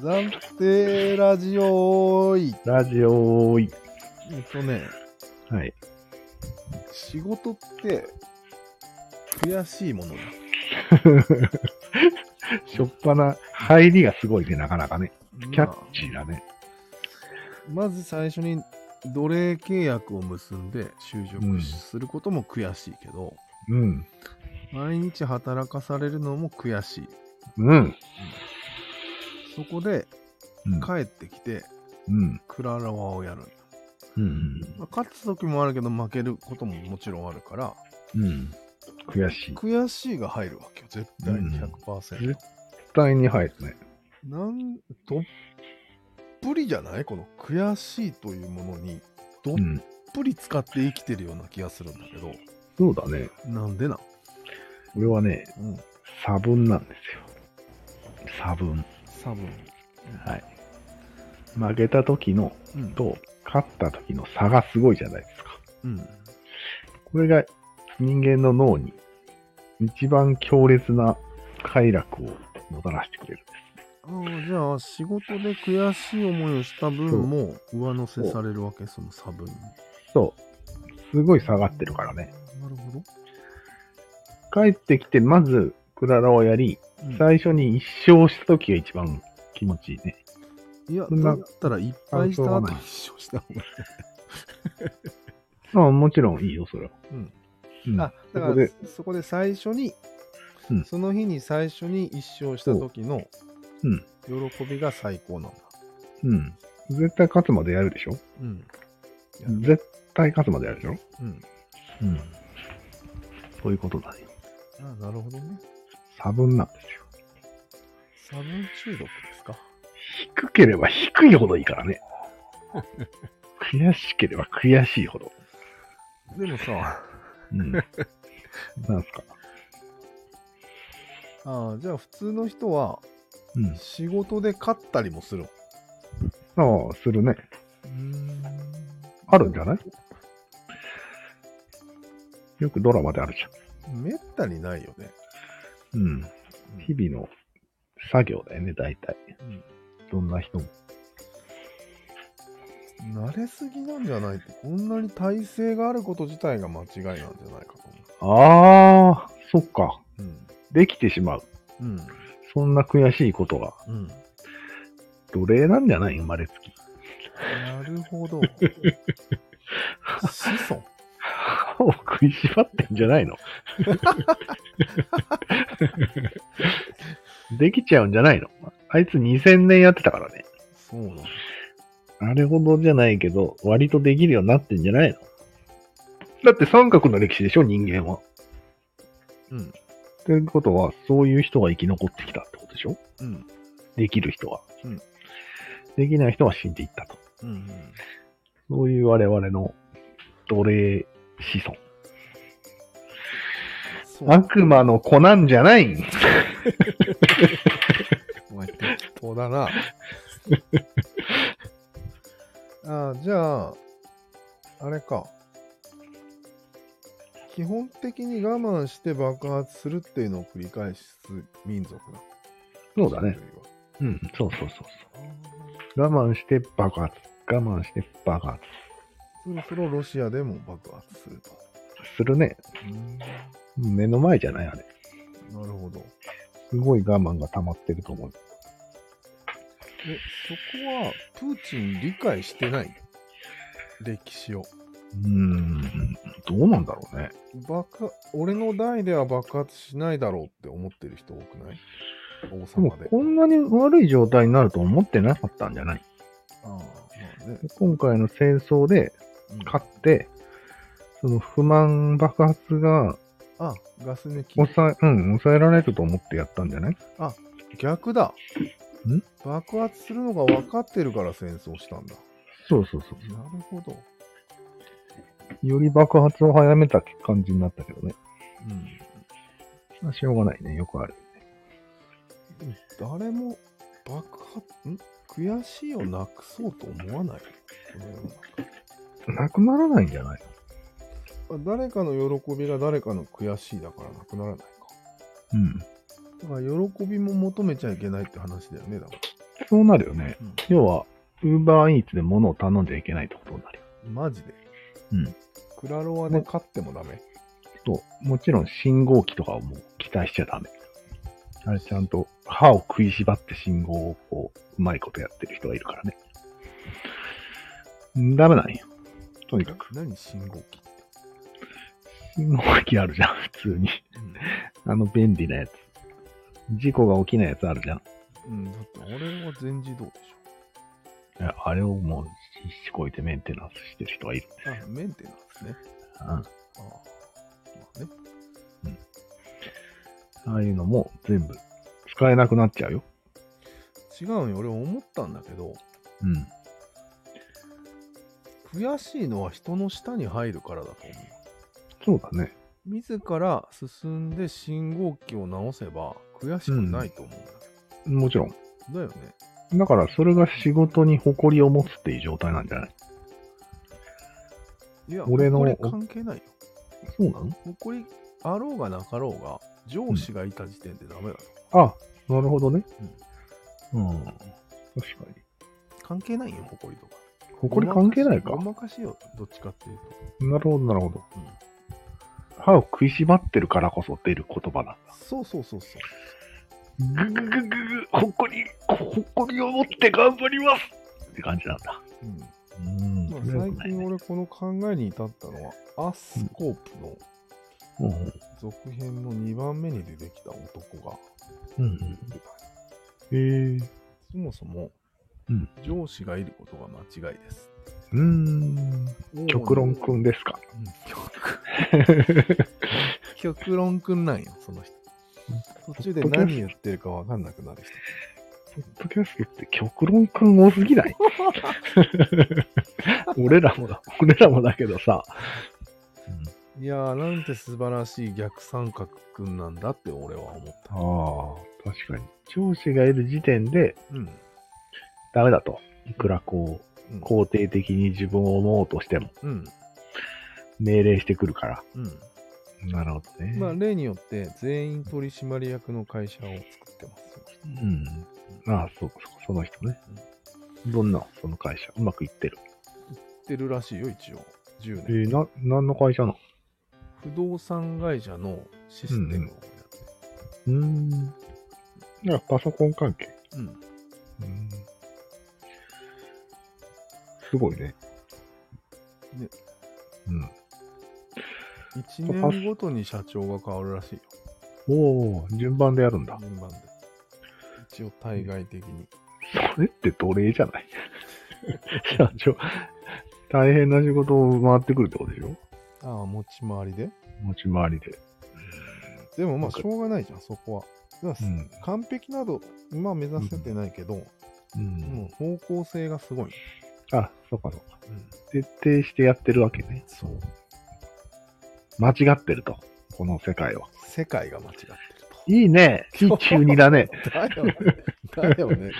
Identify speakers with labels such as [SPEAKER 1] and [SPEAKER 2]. [SPEAKER 1] 暫定ラジオい。
[SPEAKER 2] ラジオーい。
[SPEAKER 1] えっとね、
[SPEAKER 2] はい。
[SPEAKER 1] 仕事って、悔しいものだ。
[SPEAKER 2] しょっぱな、入りがすごいね、なかなかね。キャッチーだね。
[SPEAKER 1] まあまず最初に奴隷契約を結んで就職することも悔しいけど、
[SPEAKER 2] うん。
[SPEAKER 1] 毎日働かされるのも悔しい。
[SPEAKER 2] うん。
[SPEAKER 1] そこで
[SPEAKER 2] うん。
[SPEAKER 1] 帰ってきて、
[SPEAKER 2] うん。
[SPEAKER 1] クララワをやる。
[SPEAKER 2] うん。
[SPEAKER 1] まあ勝つ時もあるけど負けることももちろんあるから、
[SPEAKER 2] うん。悔しい。絶
[SPEAKER 1] 悔しいが入るわけよ、絶対に
[SPEAKER 2] うん
[SPEAKER 1] 100%。
[SPEAKER 2] 絶対に入るね。
[SPEAKER 1] なんどっぷりじゃないこの悔しいというものにどっ
[SPEAKER 2] うん。
[SPEAKER 1] ぷり使って生きてるような気がするんだけど、
[SPEAKER 2] そうだね。
[SPEAKER 1] なんでなん、
[SPEAKER 2] 俺はね、
[SPEAKER 1] うん、
[SPEAKER 2] 差分なんですよ。差分。
[SPEAKER 1] 多分、
[SPEAKER 2] はい。負けた時の
[SPEAKER 1] うん、
[SPEAKER 2] と、勝った時の差がすごいじゃないですか。
[SPEAKER 1] うん、
[SPEAKER 2] これが人間の脳に一番強烈な快楽をもたらしてくれるんで
[SPEAKER 1] ああじゃあ仕事で悔しい思いをした分も上乗せされるわけその差分に
[SPEAKER 2] す。そう。すごい下がってるからね。
[SPEAKER 1] なるほど、
[SPEAKER 2] 帰ってきて、まず、クララをやり、
[SPEAKER 1] うん
[SPEAKER 2] 最初に一勝した時が一番気持ちいいね。
[SPEAKER 1] いや
[SPEAKER 2] そんな
[SPEAKER 1] だったらいっぱいした
[SPEAKER 2] 感想は
[SPEAKER 1] 後
[SPEAKER 2] ない
[SPEAKER 1] に一生した方がい
[SPEAKER 2] まあ、もちろんいいよ、それは。
[SPEAKER 1] うん
[SPEAKER 2] うん
[SPEAKER 1] いあだか
[SPEAKER 2] そこ
[SPEAKER 1] ら
[SPEAKER 2] で
[SPEAKER 1] そこで最初に、
[SPEAKER 2] うん
[SPEAKER 1] その日に最初に一生した時の
[SPEAKER 2] うん
[SPEAKER 1] 喜びが最高なんだ
[SPEAKER 2] うん。絶対勝つまでやるでしょ
[SPEAKER 1] うん
[SPEAKER 2] 絶対勝つまでやるでしょ
[SPEAKER 1] うん
[SPEAKER 2] うん。そういうことだね。
[SPEAKER 1] あなるほどね。
[SPEAKER 2] 差分なんですよ。
[SPEAKER 1] サブン中毒ですか。
[SPEAKER 2] 低ければ低いほどいいからね。悔しければ悔しいほど。
[SPEAKER 1] でもさ、
[SPEAKER 2] うん。なんすか。
[SPEAKER 1] あーじゃあ普通の人は
[SPEAKER 2] うん。
[SPEAKER 1] 仕事で勝ったりもするの。
[SPEAKER 2] ああ、するね。あるんじゃないよくドラマであるじ
[SPEAKER 1] めったにないよね。
[SPEAKER 2] ゃん。うん。日々の作業だよね、大体。どんな人も。
[SPEAKER 1] 慣れすぎなんじゃないって、こんなに体勢があること自体が間違いなんじゃないかと思
[SPEAKER 2] ああ、そっか。
[SPEAKER 1] う。
[SPEAKER 2] できてしまう。
[SPEAKER 1] うん。
[SPEAKER 2] そんな悔しいことが。
[SPEAKER 1] うん。うん。
[SPEAKER 2] 奴隷なんじゃない生まれつき。
[SPEAKER 1] なるほど。子孫
[SPEAKER 2] 歯を食いしばってんじゃないのできちゃうんじゃないのあいつ2000年やってたからね。
[SPEAKER 1] そうなの。
[SPEAKER 2] あれほどじゃないけど、割とできるようになってんじゃないのだって三角の歴史でしょ、人間は。
[SPEAKER 1] うん。
[SPEAKER 2] ということは、そういう人が生き残ってきたってことでしょ
[SPEAKER 1] うん。
[SPEAKER 2] できる人は。
[SPEAKER 1] うん
[SPEAKER 2] できない人は死んでいったと。
[SPEAKER 1] うんうん。
[SPEAKER 2] そういう我々の奴隷子孫。
[SPEAKER 1] そうなの。
[SPEAKER 2] 悪魔の子なんじゃない
[SPEAKER 1] お前適当だな。ああ、じゃあ、あれか。基本的に我慢して爆発するっていうのを繰り返す民族だ。
[SPEAKER 2] そうだね。うん、そうそうそうそう。
[SPEAKER 1] 人類は。
[SPEAKER 2] 我慢して爆発。我慢して爆発。
[SPEAKER 1] そろそろロシアでも爆発すると。
[SPEAKER 2] するね。
[SPEAKER 1] な
[SPEAKER 2] 目の前じゃないあれ。
[SPEAKER 1] るほど。
[SPEAKER 2] すごい我慢が溜まってると思う。
[SPEAKER 1] え、そこはプーチン理解してない歴史を。
[SPEAKER 2] うーん、どうなんだろうね。
[SPEAKER 1] 爆俺の代では爆発しないだろうって思ってる人多くない王
[SPEAKER 2] でも
[SPEAKER 1] 様で。
[SPEAKER 2] こんなに悪い状態になると思ってなかったんじゃない
[SPEAKER 1] ああ、まあね。
[SPEAKER 2] 今回の戦争で
[SPEAKER 1] うん
[SPEAKER 2] 勝って、その不満爆発が
[SPEAKER 1] あ、ガス抜き。
[SPEAKER 2] 抑え、うん、抑えられると思ってやったんじゃない
[SPEAKER 1] 逆だ。
[SPEAKER 2] ん
[SPEAKER 1] 爆発するのが分かってるから戦争したんだ。
[SPEAKER 2] そうそうそう。
[SPEAKER 1] なるほど。
[SPEAKER 2] より爆発を早めた感じになったけどね。
[SPEAKER 1] うん。
[SPEAKER 2] まあしょうがないね。よくある。
[SPEAKER 1] 誰も爆発、ん悔しいをなくそうと思わない。この世の中
[SPEAKER 2] なくならないんじゃない
[SPEAKER 1] あ誰かの喜びが誰かの悔しいだからなくならないか。
[SPEAKER 2] うん。
[SPEAKER 1] だから喜びも求めちゃいけないって話だよね、だから。
[SPEAKER 2] そうなるよね。
[SPEAKER 1] うん
[SPEAKER 2] 要は、ウーバーイーツで物を頼んじゃいけないってことになるよ。
[SPEAKER 1] マジで。
[SPEAKER 2] うん。
[SPEAKER 1] クラロワで勝ってもダメ。
[SPEAKER 2] そう。もちろん信号機とかをもう期待しちゃダメ。あれちゃんと歯を食いしばって信号をこう、うまいことやってる人がいるからね。んダメなんよ。とにかく、
[SPEAKER 1] 何信号機って。
[SPEAKER 2] 信号機あるじゃん、普通に。あの便利なやつ。事故が起きないやつあるじゃん。
[SPEAKER 1] うん、だってあれは全自動でし
[SPEAKER 2] いやあれをもう必死こいてメンテナンスしてる人がいる。
[SPEAKER 1] ょ。あ、メンテナンスね。
[SPEAKER 2] うん
[SPEAKER 1] ああ。まあね。
[SPEAKER 2] ああいうのも全部使えなくなっちゃうよ。
[SPEAKER 1] 違うのよ、俺思ったんだけど、
[SPEAKER 2] うん。
[SPEAKER 1] 悔しいのは人の下に入るからだと思う。
[SPEAKER 2] そうだね。
[SPEAKER 1] 自ら進んで信号機を直せば悔しくないと思うんだけ
[SPEAKER 2] もちろん。
[SPEAKER 1] ど、だよね。
[SPEAKER 2] だからそれが仕事に誇りを持つっていう状態なんじゃない
[SPEAKER 1] いや、
[SPEAKER 2] 俺の
[SPEAKER 1] これ関係ないよ。
[SPEAKER 2] そうなの
[SPEAKER 1] これあろうがなかろうが、上司がいた時点でダメだと。
[SPEAKER 2] あ、なるほどね。うん。確かに。
[SPEAKER 1] 関係ないよ、誇りとか。
[SPEAKER 2] 誇り関係ないか
[SPEAKER 1] ご。まかしよ、どっちかっていうと。
[SPEAKER 2] なるほど、なるほど
[SPEAKER 1] うん。
[SPEAKER 2] 歯を食いしばってるからこそ出る言葉だ。
[SPEAKER 1] そうそうそうそう。
[SPEAKER 2] ぐぐぐぐぐ、誇り、誇りを持って頑張りますって感じなんだ。
[SPEAKER 1] うん
[SPEAKER 2] うん
[SPEAKER 1] まあ、最近俺この考えに至ったのは、アスコープの
[SPEAKER 2] うん。
[SPEAKER 1] 続編の2番目に出てきた男が、
[SPEAKER 2] うん。へえ。
[SPEAKER 1] そもそも
[SPEAKER 2] うん
[SPEAKER 1] 上司がいることが間違いです。
[SPEAKER 2] うーん。極論く んですか。
[SPEAKER 1] うん極極論くんなんよ、その人。途中で何言ってるかわかんなくなる人。
[SPEAKER 2] ポッドキャストって極論くん多すぎない 俺らもだ、俺らもだけどさ。
[SPEAKER 1] いやー、なんて素晴らしい逆三角くんなんだって俺は思った。
[SPEAKER 2] ああ、確かに。上司がいる時点で
[SPEAKER 1] うん。
[SPEAKER 2] ダメだと。いくらこ
[SPEAKER 1] うん
[SPEAKER 2] う、肯定的に自分を思おうとしても、
[SPEAKER 1] うん。
[SPEAKER 2] 命令してくるから。
[SPEAKER 1] うん。
[SPEAKER 2] なるほどね
[SPEAKER 1] まあ、例によって全員取締役の会社を作ってます。その人
[SPEAKER 2] うん。ああ、そう、そその人ね。どんな、その会社。うまくいってる。
[SPEAKER 1] やってるらしいよ、一応。10
[SPEAKER 2] え
[SPEAKER 1] 年。
[SPEAKER 2] な、何の会社なの
[SPEAKER 1] 不動産会社のシステムをやって
[SPEAKER 2] うーん。いや、パソコン関係。
[SPEAKER 1] る。うん。
[SPEAKER 2] うんすごいね。
[SPEAKER 1] ね
[SPEAKER 2] うん。
[SPEAKER 1] 1年ごとに社長が変わるらしいよ、
[SPEAKER 2] おお、順番でやるんだ。
[SPEAKER 1] 順番で。一応、対外的に。
[SPEAKER 2] それって奴隷じゃない 社長、大変な仕事を回ってくるってことでしょ
[SPEAKER 1] ああ、持ち回りで。
[SPEAKER 2] 持ち回りで。
[SPEAKER 1] でもまあ、
[SPEAKER 2] なんか
[SPEAKER 1] しょうがないじゃん、そこは。だから
[SPEAKER 2] ん。
[SPEAKER 1] 完璧など、まあ目指せてないけど、
[SPEAKER 2] う
[SPEAKER 1] も
[SPEAKER 2] ん。
[SPEAKER 1] う方向性がすごい。
[SPEAKER 2] あ、そうかそうか。
[SPEAKER 1] うん、
[SPEAKER 2] 徹底してやってるわけね。
[SPEAKER 1] そう。
[SPEAKER 2] 間違ってると。この世界は。
[SPEAKER 1] 世界が間違ってると。
[SPEAKER 2] いいね。非中二だね。
[SPEAKER 1] だよね。だよね。